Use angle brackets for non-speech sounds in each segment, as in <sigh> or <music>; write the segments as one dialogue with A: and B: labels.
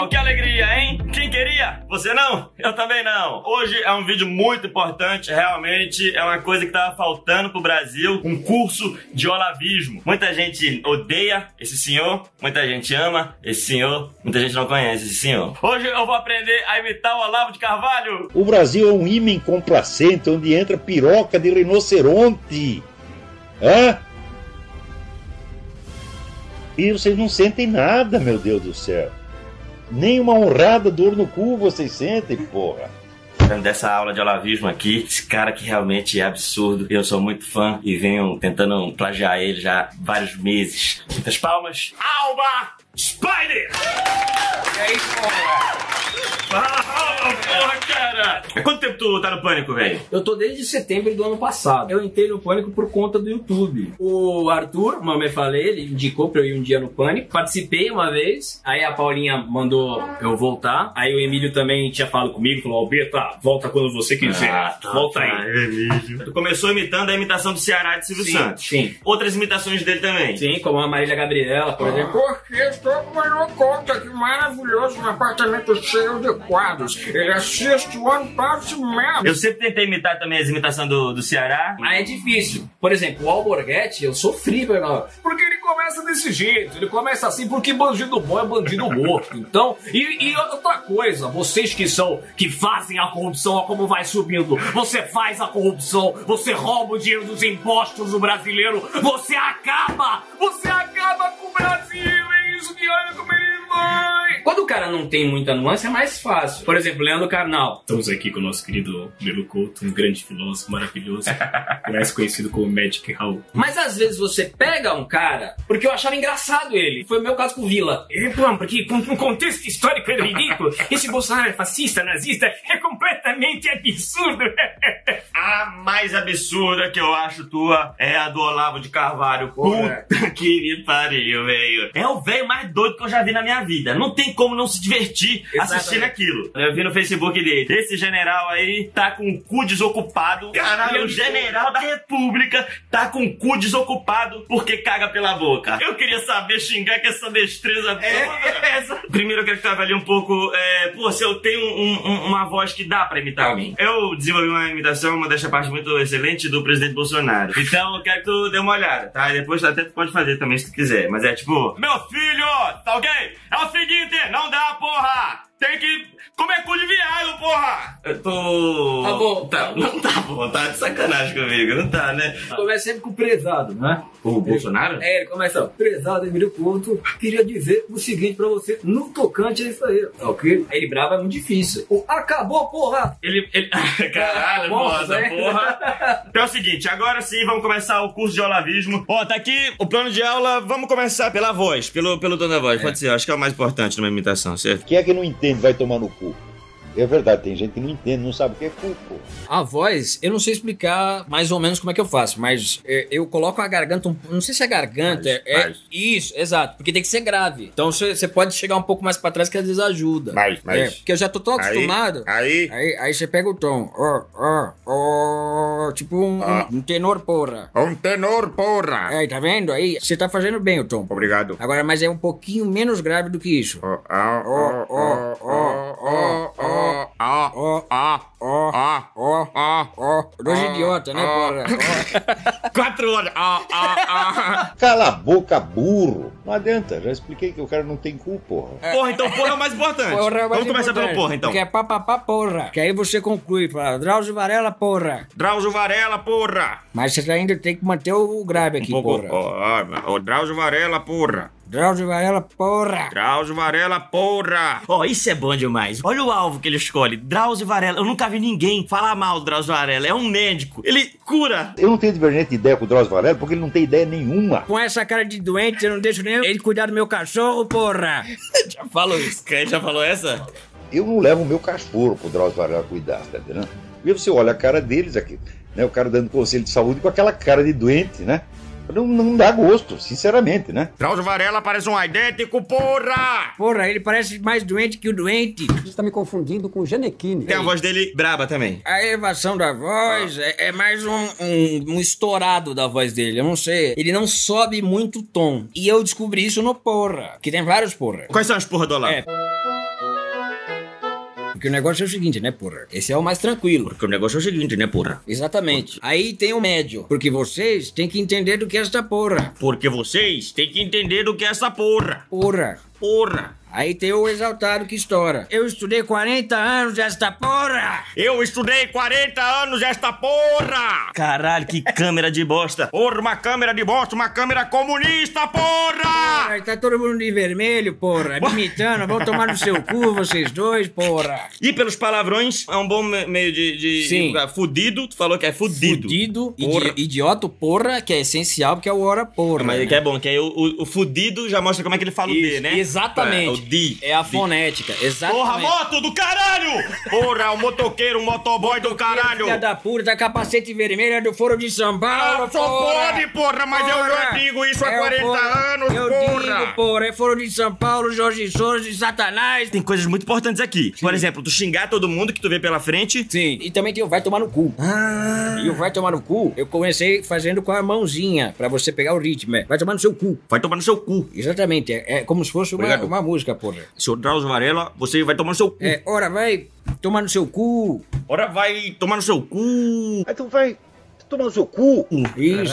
A: um queria, hein? Quem queria? Você não? Eu também não. Hoje é um vídeo muito importante, realmente é uma coisa que tava faltando pro Brasil, um curso de olavismo. Muita gente odeia esse senhor, muita gente ama esse senhor, muita gente não conhece esse senhor. Hoje eu vou aprender a imitar o Olavo de Carvalho.
B: O Brasil é um imã complacente onde entra piroca de rinoceronte. Hã? E vocês não sentem nada, meu Deus do céu. Nem uma honrada dor no cu vocês sentem, porra.
A: Dessa aula de olavismo aqui, esse cara que realmente é absurdo. Eu sou muito fã e venho tentando plagiar ele já há vários meses. Muitas palmas. Alba Spider!
C: E aí, porra?
A: Fala, Ah, porra, cara! Quanto tempo tu tá no pânico, velho?
C: Eu tô desde setembro do ano passado. Eu entrei no pânico por conta do YouTube. O Arthur, como eu falei, ele indicou pra eu ir um dia no pânico. Participei uma vez, aí a Paulinha mandou eu voltar. Aí o Emílio também tinha falado comigo, falou: Alberta, volta quando você quiser.
A: Ah, tá.
C: volta aí.
A: Tu começou imitando a imitação do Ceará de Silvio
C: Sim,
A: Santos.
C: sim.
A: Outras imitações dele também.
C: Sim, como a Marília Gabriela, por exemplo.
D: Porque estou tomando conta que maravilhoso um apartamento cheio de quadros. Ele assiste o ano próximo mesmo.
A: Eu sempre tentei imitar também as imitações do, do Ceará.
C: Mas é difícil. Por exemplo, o Alborguete, eu sofri pra ela. Porque ele começa desse jeito, ele começa assim, porque bandido bom é bandido morto. Então, e, e outra coisa, vocês que são, que fazem a corrupção, ó, como vai subindo. Você faz a corrupção, você rouba o dinheiro dos impostos do brasileiro, você acaba, você acaba com o Brasil, é isso que olha como ele vai. Quando o cara não tem muita nuance, é mais fácil. Por exemplo, Leandro Carnal.
E: Estamos aqui com o nosso querido Belo Couto, um grande filósofo
C: <laughs>
E: maravilhoso, mais conhecido como Magic Hall.
C: Mas às vezes você pega um cara porque eu achava engraçado ele. Foi o meu caso com o Vila. É
E: Reclamo, porque com um contexto histórico é ridículo. Esse Bolsonaro é fascista, nazista, é completamente absurdo.
A: A mais absurda que eu acho tua é a do Olavo de Carvalho.
C: Porra.
A: Puta <laughs> que me pariu, velho. É o velho mais doido que eu já vi na minha vida. Não tem como não se divertir
C: Exatamente.
A: assistindo aquilo. Eu vi no Facebook dele. Esse general aí tá com o cu desocupado. Caralho, o general da república tá com o cu desocupado porque caga pela boca. Eu queria saber xingar com essa destreza toda. É. <laughs> Primeiro eu quero ficar ali um pouco. É, pô, se eu tenho um- um- uma voz que dá pra imitar alguém. Eu desenvolvi uma imitação, uma dessa parte muito excelente do presidente Bolsonaro. Então eu quero que tu dê uma olhada, tá? E depois até tu pode fazer também se tu quiser. Mas é tipo. Meu filho, tá ok? É o seguinte, não dá, porra! Tem que comer cu de viado, porra! Eu tô.
C: Tá bom.
A: Tá, não tá, porra. Tá de sacanagem comigo, não tá, né?
C: Começa sempre com o prezado, né?
A: O Bolsonaro?
C: É, ele começa, ó, prezado Emílio Couto, queria dizer o seguinte pra você, no tocante é isso aí, tá ok? Aí Ele brava é muito difícil. O acabou, porra!
A: Ele.
C: <laughs>
A: ele... Caralho,
C: Bom,
A: moda,
C: né?
A: porra. Então é o seguinte, agora sim vamos começar o curso de olavismo. Ó, tá aqui o plano de aula. Vamos começar pela voz, pelo, pelo tom da voz. Pode ser, acho que é o mais importante numa imitação, certo?
B: Quem é que não entende vai tomar no cu? É verdade, tem gente que não entende, não sabe o que é cu, pô.
F: A voz, eu não sei explicar mais ou menos como é que eu faço, mas é, eu coloco a garganta, um, não sei se é garganta,
A: Mais,
F: é, é-
A: mais.
F: isso, exato, porque tem que ser grave. Então você você pode chegar um pouco mais pra trás que às vezes ajuda.
B: Mais,
F: É, porque eu já tô tão acostumado.
B: Aí,
F: Aí, aí você pega o tom, ó, ó, ó, tipo um, um tenor, porra.
B: um tenor, porra.
F: Aí, tá vendo? Aí você tá fazendo bem o tom.
B: Obrigado.
F: Agora, mas é um pouquinho menos grave do que isso.
B: Ó,
F: ó, ó, ó, ó, ó, Ó, ó, ó, ó, ó. Dois idiota, né, porra? Ó.
A: Quatro horas. ah,
B: Cala a boca, burro. Não adianta, já expliquei que o cara não tem cu, porra.
A: Porra, então porra é o mais importante. <laughs>
F: Porra, é o mais
A: vamos começar
F: importante,
A: pelo porra, então.
F: Porque é papapá, porra. Que aí você conclui, fala, Drauzio Varela, porra.
A: Drauzio Varela, porra. Um
F: Mas você ainda tem que manter o grave aqui, porra.
A: Ó, Drauzio Varela, porra.
F: Drauzio Varela, porra.
A: Drauzio Varela, porra. Ó, isso é bom demais. Olha o alvo que ele escolhe. Drauzio Varela. Eu nunca vi ninguém falar mal do Drauzio Varela. É um médico. Ele cura. <laughs>
B: Eu não tenho divergente de ideia com o Drauzio Varela porque ele não tem ideia nenhuma.
F: Com essa cara de doente, eu não deixo nem ele cuidar do meu cachorro, porra.
A: <laughs> Já falou isso. Quem já falou essa?
B: Eu não levo o meu cachorro pro Drauzio Varela cuidar, tá entendendo? E você olha a cara deles aqui, né? O cara dando conselho de saúde com aquela cara de doente, né? Não, não dá gosto, sinceramente, né?
A: Drauzio Varela parece um idêntico, porra!
F: Porra, ele parece mais doente que o doente.
G: Você está me confundindo com o Genequine.
A: Tem a voz dele braba também.
F: A elevação da voz é, é mais um, um- um estourado da voz dele, eu não sei. Ele não sobe muito o tom. E eu descobri isso no porra, que tem vários porra.
A: Quais são as porra do Olavo?
F: É. Porque o negócio é o seguinte, né, porra? Esse é o mais tranquilo.
A: Porque o negócio é o seguinte, né, porra?
F: Exatamente. Aí tem o médio. Porque vocês têm que entender do que é esta porra.
A: Porque vocês têm que entender do que é essa porra.
F: Porra.
A: Porra.
F: Aí tem o exaltado que estoura. Eu estudei 40 anos esta porra!
A: Eu estudei 40 anos esta porra! Caralho, que câmera de bosta! Porra, uma câmera de bosta, uma câmera comunista, porra!
F: Porra, tá todo mundo de vermelho, porra. Me imitando, vão tomar no seu cu, vocês dois, porra.
A: E pelos palavrões, é um bom me- meio de. de
F: Sim.
A: de- fudido, tu falou que é fudido.
F: Fudido,
A: Porra.
F: idi idiota, porra, que é essencial, porque é o hora porra.
A: Mas
F: né?
A: que é bom, que aí o, o, o fudido já mostra como é que ele fala o D,
F: Isso,
A: né?
F: Exatamente.
A: É, o D.
F: É a
A: D.
F: fonética, exatamente.
A: Porra, moto do caralho! Porra, o motoqueiro, o motoboy do caralho!
F: Filha da puta, tá capacete vermelho é do Foro de São Paulo,
A: Ah, só
F: porra.
A: pode, porra, mas eu já digo isso há
F: É o
A: 40
F: porra.
A: anos,
F: eu
A: porra.
F: digo, porra, é Foro de São Paulo, Jorge Soros e Satanás.
A: Tem coisas muito importantes aqui. Por exemplo, tu xingar todo mundo que tu vê pela frente.
F: Sim. E também tem o vai tomar no cu.
A: Ah.
F: E o vai tomar no cu, eu comecei fazendo com a mãozinha, pra você pegar o ritmo. é, Vai tomar no seu cu.
A: Vai tomar no seu cu.
F: Exatamente, é, é como se fosse uma,
B: Obrigado.
F: uma música, porra.
A: Seu Drauzio Varela, você vai tomar no seu cu.
F: É, ora, vai tomar no seu cu.
A: Ora, vai tomar no seu cu.
B: Aí tu vai tomar no seu cu.
F: Isso,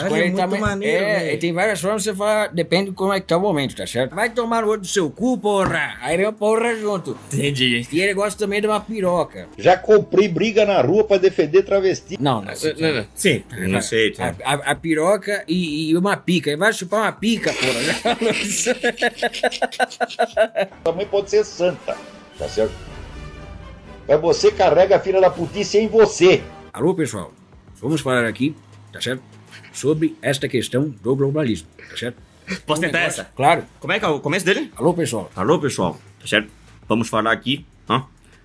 H: Caralho, é
F: 40
H: muito
F: ma-
H: maneiro,
F: É,
H: velho.
F: e tem várias formas de você falar, depende de como é que tá o momento, tá certo? Vai tomar o outro do seu cu, porra! Aí vem o porra junto.
A: Entendi.
F: E ele gosta também de uma piroca.
B: Já comprei briga na rua pra defender travesti.
F: Não, não.
A: Sim. Eu não sei.
F: A,
A: Tá.
F: a, a piroca e, e uma pica. Ele vai chupar uma pica, porra.
B: Também pode ser santa, tá certo? Mas você carrega a filha da putice em você.
F: <laughs> Alô, pessoal. Vamos falar aqui, tá certo? Sobre esta questão do globalismo, tá certo?
A: Posso tentar
F: Negócio-
A: essa?
F: Claro.
A: Como é que é o começo dele?
F: Alô, pessoal.
A: Alô, pessoal, tá certo? Vamos falar aqui hã,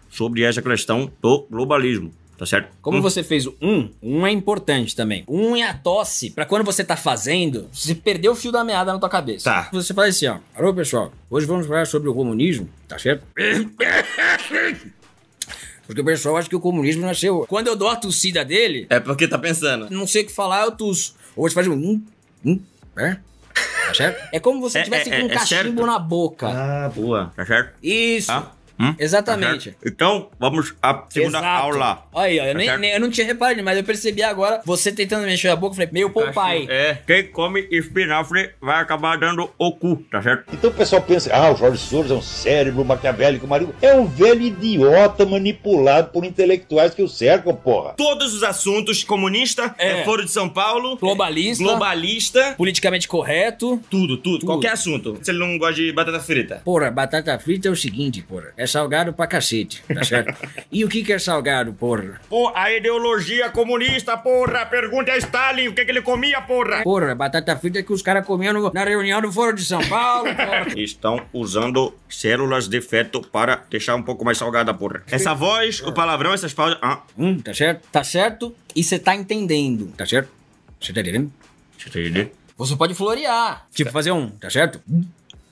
A: sobre essa questão do globalismo, tá certo?
F: Como
A: Hum,
F: você fez o um, um é importante também. Um é a tosse, pra quando você tá fazendo, você perdeu o fio da meada na tua cabeça.
A: Tá.
F: Você faz assim, ó. Alô, pessoal. Hoje vamos falar sobre o comunismo,
A: <laughs>
F: tá certo? Porque o pessoal acha que o comunismo nasceu. Quando eu dou a tossida dele,
A: É porque tá pensando.
F: não sei o que falar, eu tusso. Ou você faz um. Hum, hum, é? Tá certo? É como se você
A: É,
F: tivesse
A: é,
F: com um
A: é, é
F: cachimbo
A: certo.
F: na boca.
A: Ah, boa. Tá certo?
F: Isso.
A: Tá? Hum?
F: Exatamente.
A: Tá certo? Então, vamos à segunda
F: Exato.
A: aula.
F: Olha aí, ó,
A: Tá
F: eu, nem-
A: certo?
F: nem- eu não tinha reparado, mas eu percebi agora você tentando mexer a boca. eu Falei, meio Popeye.
A: É, quem come espinafre vai acabar dando o cu, tá certo?
B: Então o pessoal pensa, ah, o Jorge Soros é um cérebro maquiavélico, marido. É um velho idiota manipulado por intelectuais que o cercam, porra.
A: Todos os assuntos, comunista,
F: É.
A: é. foro de São Paulo,
F: Globalista.
A: globalista,
F: Politicamente correto.
A: tudo, tudo,
F: Tudo.
A: qualquer assunto. Se ele não gosta de batata frita.
F: Porra, batata frita é o seguinte, porra. É salgado pra cacete,
A: <laughs>
F: tá certo? e o que que é salgado, porra?
A: Pô, a ideologia comunista, porra, pergunta a Stalin o que, que ele comia, porra.
F: Porra, batata frita é que os caras comiam no- na reunião do Foro de São
A: <laughs>
F: Paulo, porra.
A: Estão usando células de feto para deixar um pouco mais salgada, porra. Essa voz, o palavrão, essas pausas. Ah,
F: hum, tá certo? Tá certo? E você tá entendendo, tá certo? Você tá entendendo?
A: você tá entendendo?
F: Você pode florear. Tipo, fazer um, tá certo?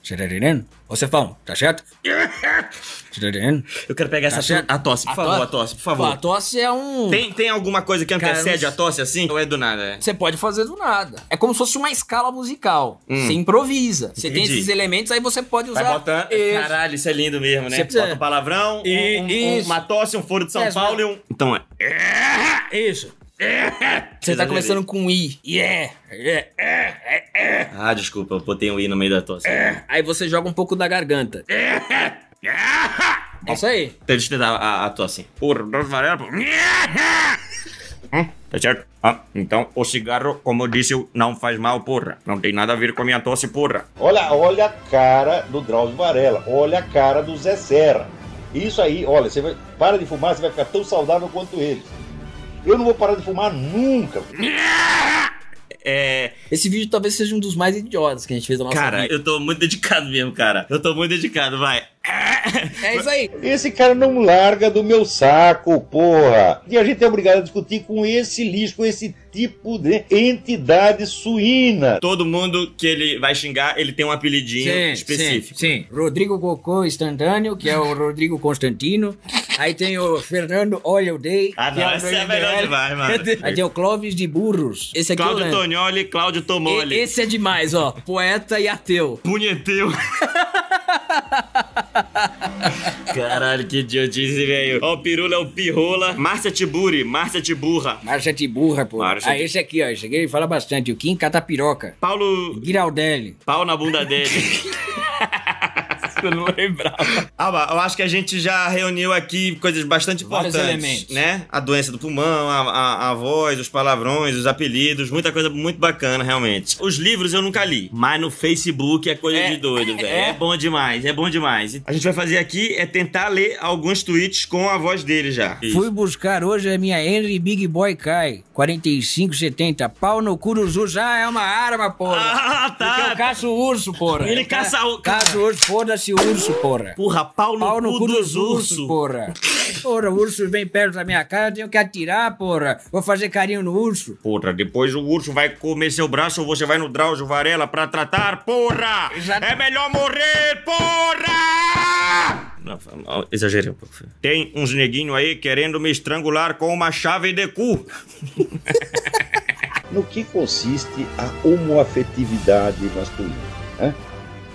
F: Você tá entendendo? Você fala um,
A: <laughs>
F: tá certo? Você tá entendendo?
A: Eu quero pegar essa.
F: certo?
A: Tá a tosse, por favor, a tosse, por
F: A
A: favor.
F: tosse é um...
A: Tem, tem alguma coisa que
F: Cara,
A: antecede
F: não-
A: a tosse assim? Ou é do nada? é?
F: Você pode fazer do nada. É como se fosse uma escala musical. Você improvisa. Você tem
A: Hum. Entendi.
F: esses elementos, aí você pode usar.
A: Vai botando.
F: Isso.
A: Caralho, isso é lindo mesmo, né?
F: Você precisa-
A: Bota um palavrão, um-
F: E-
A: um- um-
F: isso.
A: uma tosse, um foro de São
F: É,
A: Paulo
F: você-
A: e um. Então é.
F: Isso. Você tá começando com I. Yeah. yeah.
A: Ah, desculpa, eu botei um i no meio da tosse. É.
F: Aí você joga um pouco da garganta. É isso aí.
A: Deixa eu tentar a, a tosse. Porra, Dr. Varela. pô. Hum, Tá certo? Ah, então o cigarro, como eu disse, não faz mal, porra. Não tem nada a ver com a minha tosse, porra.
B: Olha, olha a cara do Drauzio Varela, olha a cara do Zé Serra. Isso aí, olha, você vai, para de fumar, você vai ficar tão saudável quanto eles. Eu não vou parar de fumar nunca.
A: É.
F: Esse vídeo talvez seja um dos mais idiotas que a gente fez da nossa
A: cara,
F: vida.
A: eu tô muito dedicado mesmo, cara. Eu tô muito dedicado, vai.
F: É isso
A: <laughs>
F: aí.
B: Esse cara não larga do meu saco, porra. E a gente é obrigado a discutir com esse lixo, com esse tipo de entidade suína.
A: Todo mundo que ele vai xingar, ele tem um apelidinho específico.
F: Sim, sim. Rodrigo Gocô instantâneo, que é o Rodrigo Constantino. Aí tem o Fernando Olha o Day.
A: Ah,
F: que
A: não,
F: o
A: esse
F: Daniel
A: é melhor
F: Daniel.
A: demais, <laughs> mano.
F: Aí tem o Clóvis de Burros. Esse aqui
A: Cláudio
F: eu lembro.
A: Tonioli, Cláudio
F: E-
A: Tomoli. <laughs>
F: Esse é demais, ó. Poeta e ateu.
A: Punheteu.
E: Caralho, que idiotice, velho. Ó, o Pirula é o Pirrola. Márcia Tiburi, Márcia Tiburra.
C: Marcha de burra, pô.
E: Marcha
C: ah,
E: de-
C: esse aqui, ó. Esse aqui ele fala bastante. O Kim Catapiroca.
E: Paulo.
C: Giraldelli.
E: Pau na bunda dele.
C: Eu não lembrava.
A: <laughs> Alba, eu acho que a gente já reuniu aqui coisas bastante
C: Vários
A: importantes,
C: elementos.
A: né? A doença do pulmão, a, a- a voz, os palavrões, os apelidos, muita coisa muito bacana, realmente. Os livros eu nunca li, mas no Facebook é coisa de doido, velho. É. bom demais, é bom demais. A gente vai fazer aqui é tentar ler alguns tweets com a voz dele já.
C: Fui buscar hoje a minha Henry Big Boy Kai. 4570. Pau no cu dos ursos. Ah, é uma arma, porra.
E: Ah,
C: Porque eu
E: tá.
C: caço urso, porra.
E: Ele
C: Eu ca-
E: caça o-
C: Caço urso, foda-se urso, porra.
E: Porra, pau no,
C: Pau no
E: cu dos
C: ursos,
E: ursos.
C: porra. Porra, o urso vem perto da minha casa, eu tenho que atirar, porra. Vou fazer carinho no urso.
A: Porra, depois o urso vai comer seu braço ou você vai no Drauzio Varela pra tratar, porra!
C: Exato.
A: É melhor morrer, porra! Não, foi mal, exagerei um pouco. foi. Tem uns neguinho aí querendo me estrangular com uma chave de cu.
B: No que consiste a homoafetividade masculina? né?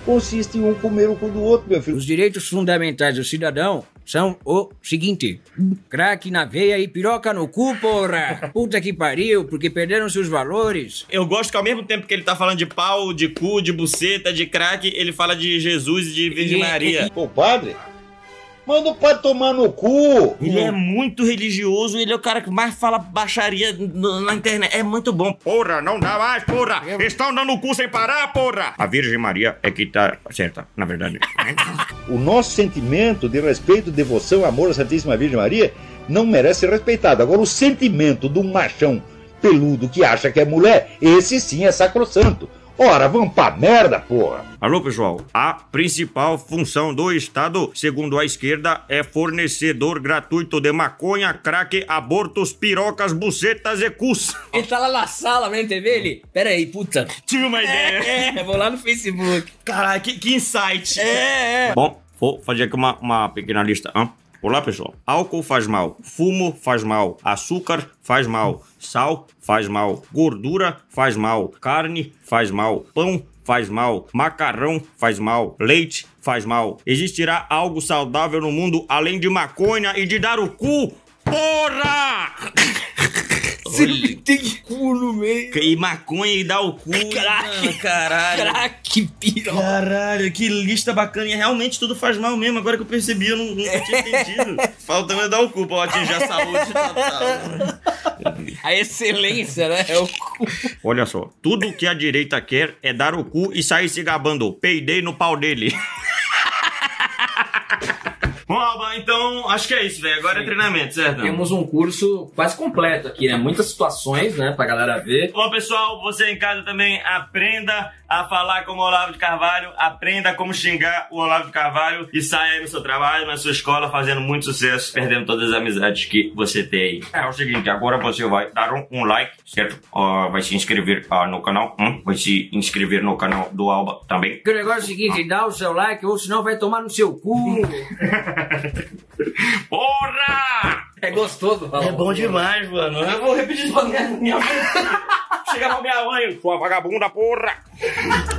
B: Consiste em um comer o cu do outro, meu filho.
C: Os direitos fundamentais do cidadão são o seguinte: craque na veia e piroca no cu, porra. Puta que pariu, porque perderam seus valores.
A: Eu gosto que ao mesmo tempo que ele tá falando de pau, de cu, de buceta, de crack, ele fala de Jesus e de Virgem
C: E-
A: Maria.
B: Ô, padre, manda o padre tomar no cu.
A: Ele é muito religioso, ele é o cara que mais fala baixaria no- na internet. É muito bom. Porra, não dá mais, porra! Estão dando o cu sem parar, porra! A Virgem Maria é que tá certa, na verdade.
B: O nosso sentimento de respeito, devoção, amor à Santíssima Virgem Maria não merece ser respeitado. Agora, o sentimento do machão peludo que acha que é mulher, esse sim é sacrossanto. Ora, vamos pra merda, porra.
A: Alô, pessoal. A principal função do Estado, segundo a esquerda, é fornecedor gratuito de maconha, crack, abortos, pirocas, bucetas e cus. <laughs>
C: Ele tá lá na sala vendo TV, ele. Pera aí, puta.
A: Tive uma ideia.
C: É, vou lá no Facebook.
A: Caralho, que, que insight.
C: É, é.
A: Bom, vou fazer aqui uma, uma pequena lista. Hã? Olá, pessoal. Álcool faz mal, fumo faz mal, açúcar faz mal, sal faz mal, gordura faz mal, carne faz mal, pão faz mal, macarrão faz mal, leite faz mal. Existirá algo saudável no mundo além de maconha e de dar o cu? Porra!
C: Sempre tem cu no meio.
A: E maconha e dar o cu. ah,
C: Crack.
A: caralho.
C: Craque, <laughs> piroca.
A: Caralho, que lista bacana. E realmente tudo faz mal mesmo. Agora que eu percebi, eu não, nunca tinha entendido. Faltando é dar o cu pra atingir a saúde total.
C: A excelência, né? É o cu.
A: Olha só, tudo que a direita quer é dar o cu e sair se gabando. Peidei no pau dele.
E: Bom, Alba, então acho que é isso, velho. Agora é treinamento, certo?
I: Temos um curso quase completo aqui, né? Muitas situações, né? Pra galera ver.
E: Bom, pessoal, você em casa também aprenda a falar como Olavo de Carvalho, aprenda como xingar o Olavo de Carvalho e saia aí no seu trabalho, na sua escola, fazendo muito sucesso, perdendo todas as amizades que você tem.
A: É o seguinte, agora você vai dar um, um like, certo? Ah, vai se inscrever ah, no canal. hum? Vai se inscrever no canal do Alba também.
C: Porque o negócio é o seguinte: dá o seu like ou senão vai tomar no seu cu.
E: Porra!
I: <laughs> É gostoso, falar.
E: demais, mano. Eu vou repetir isso pra minha, minha mãe. Chega pra minha mãe.
A: Sua vagabunda, porra!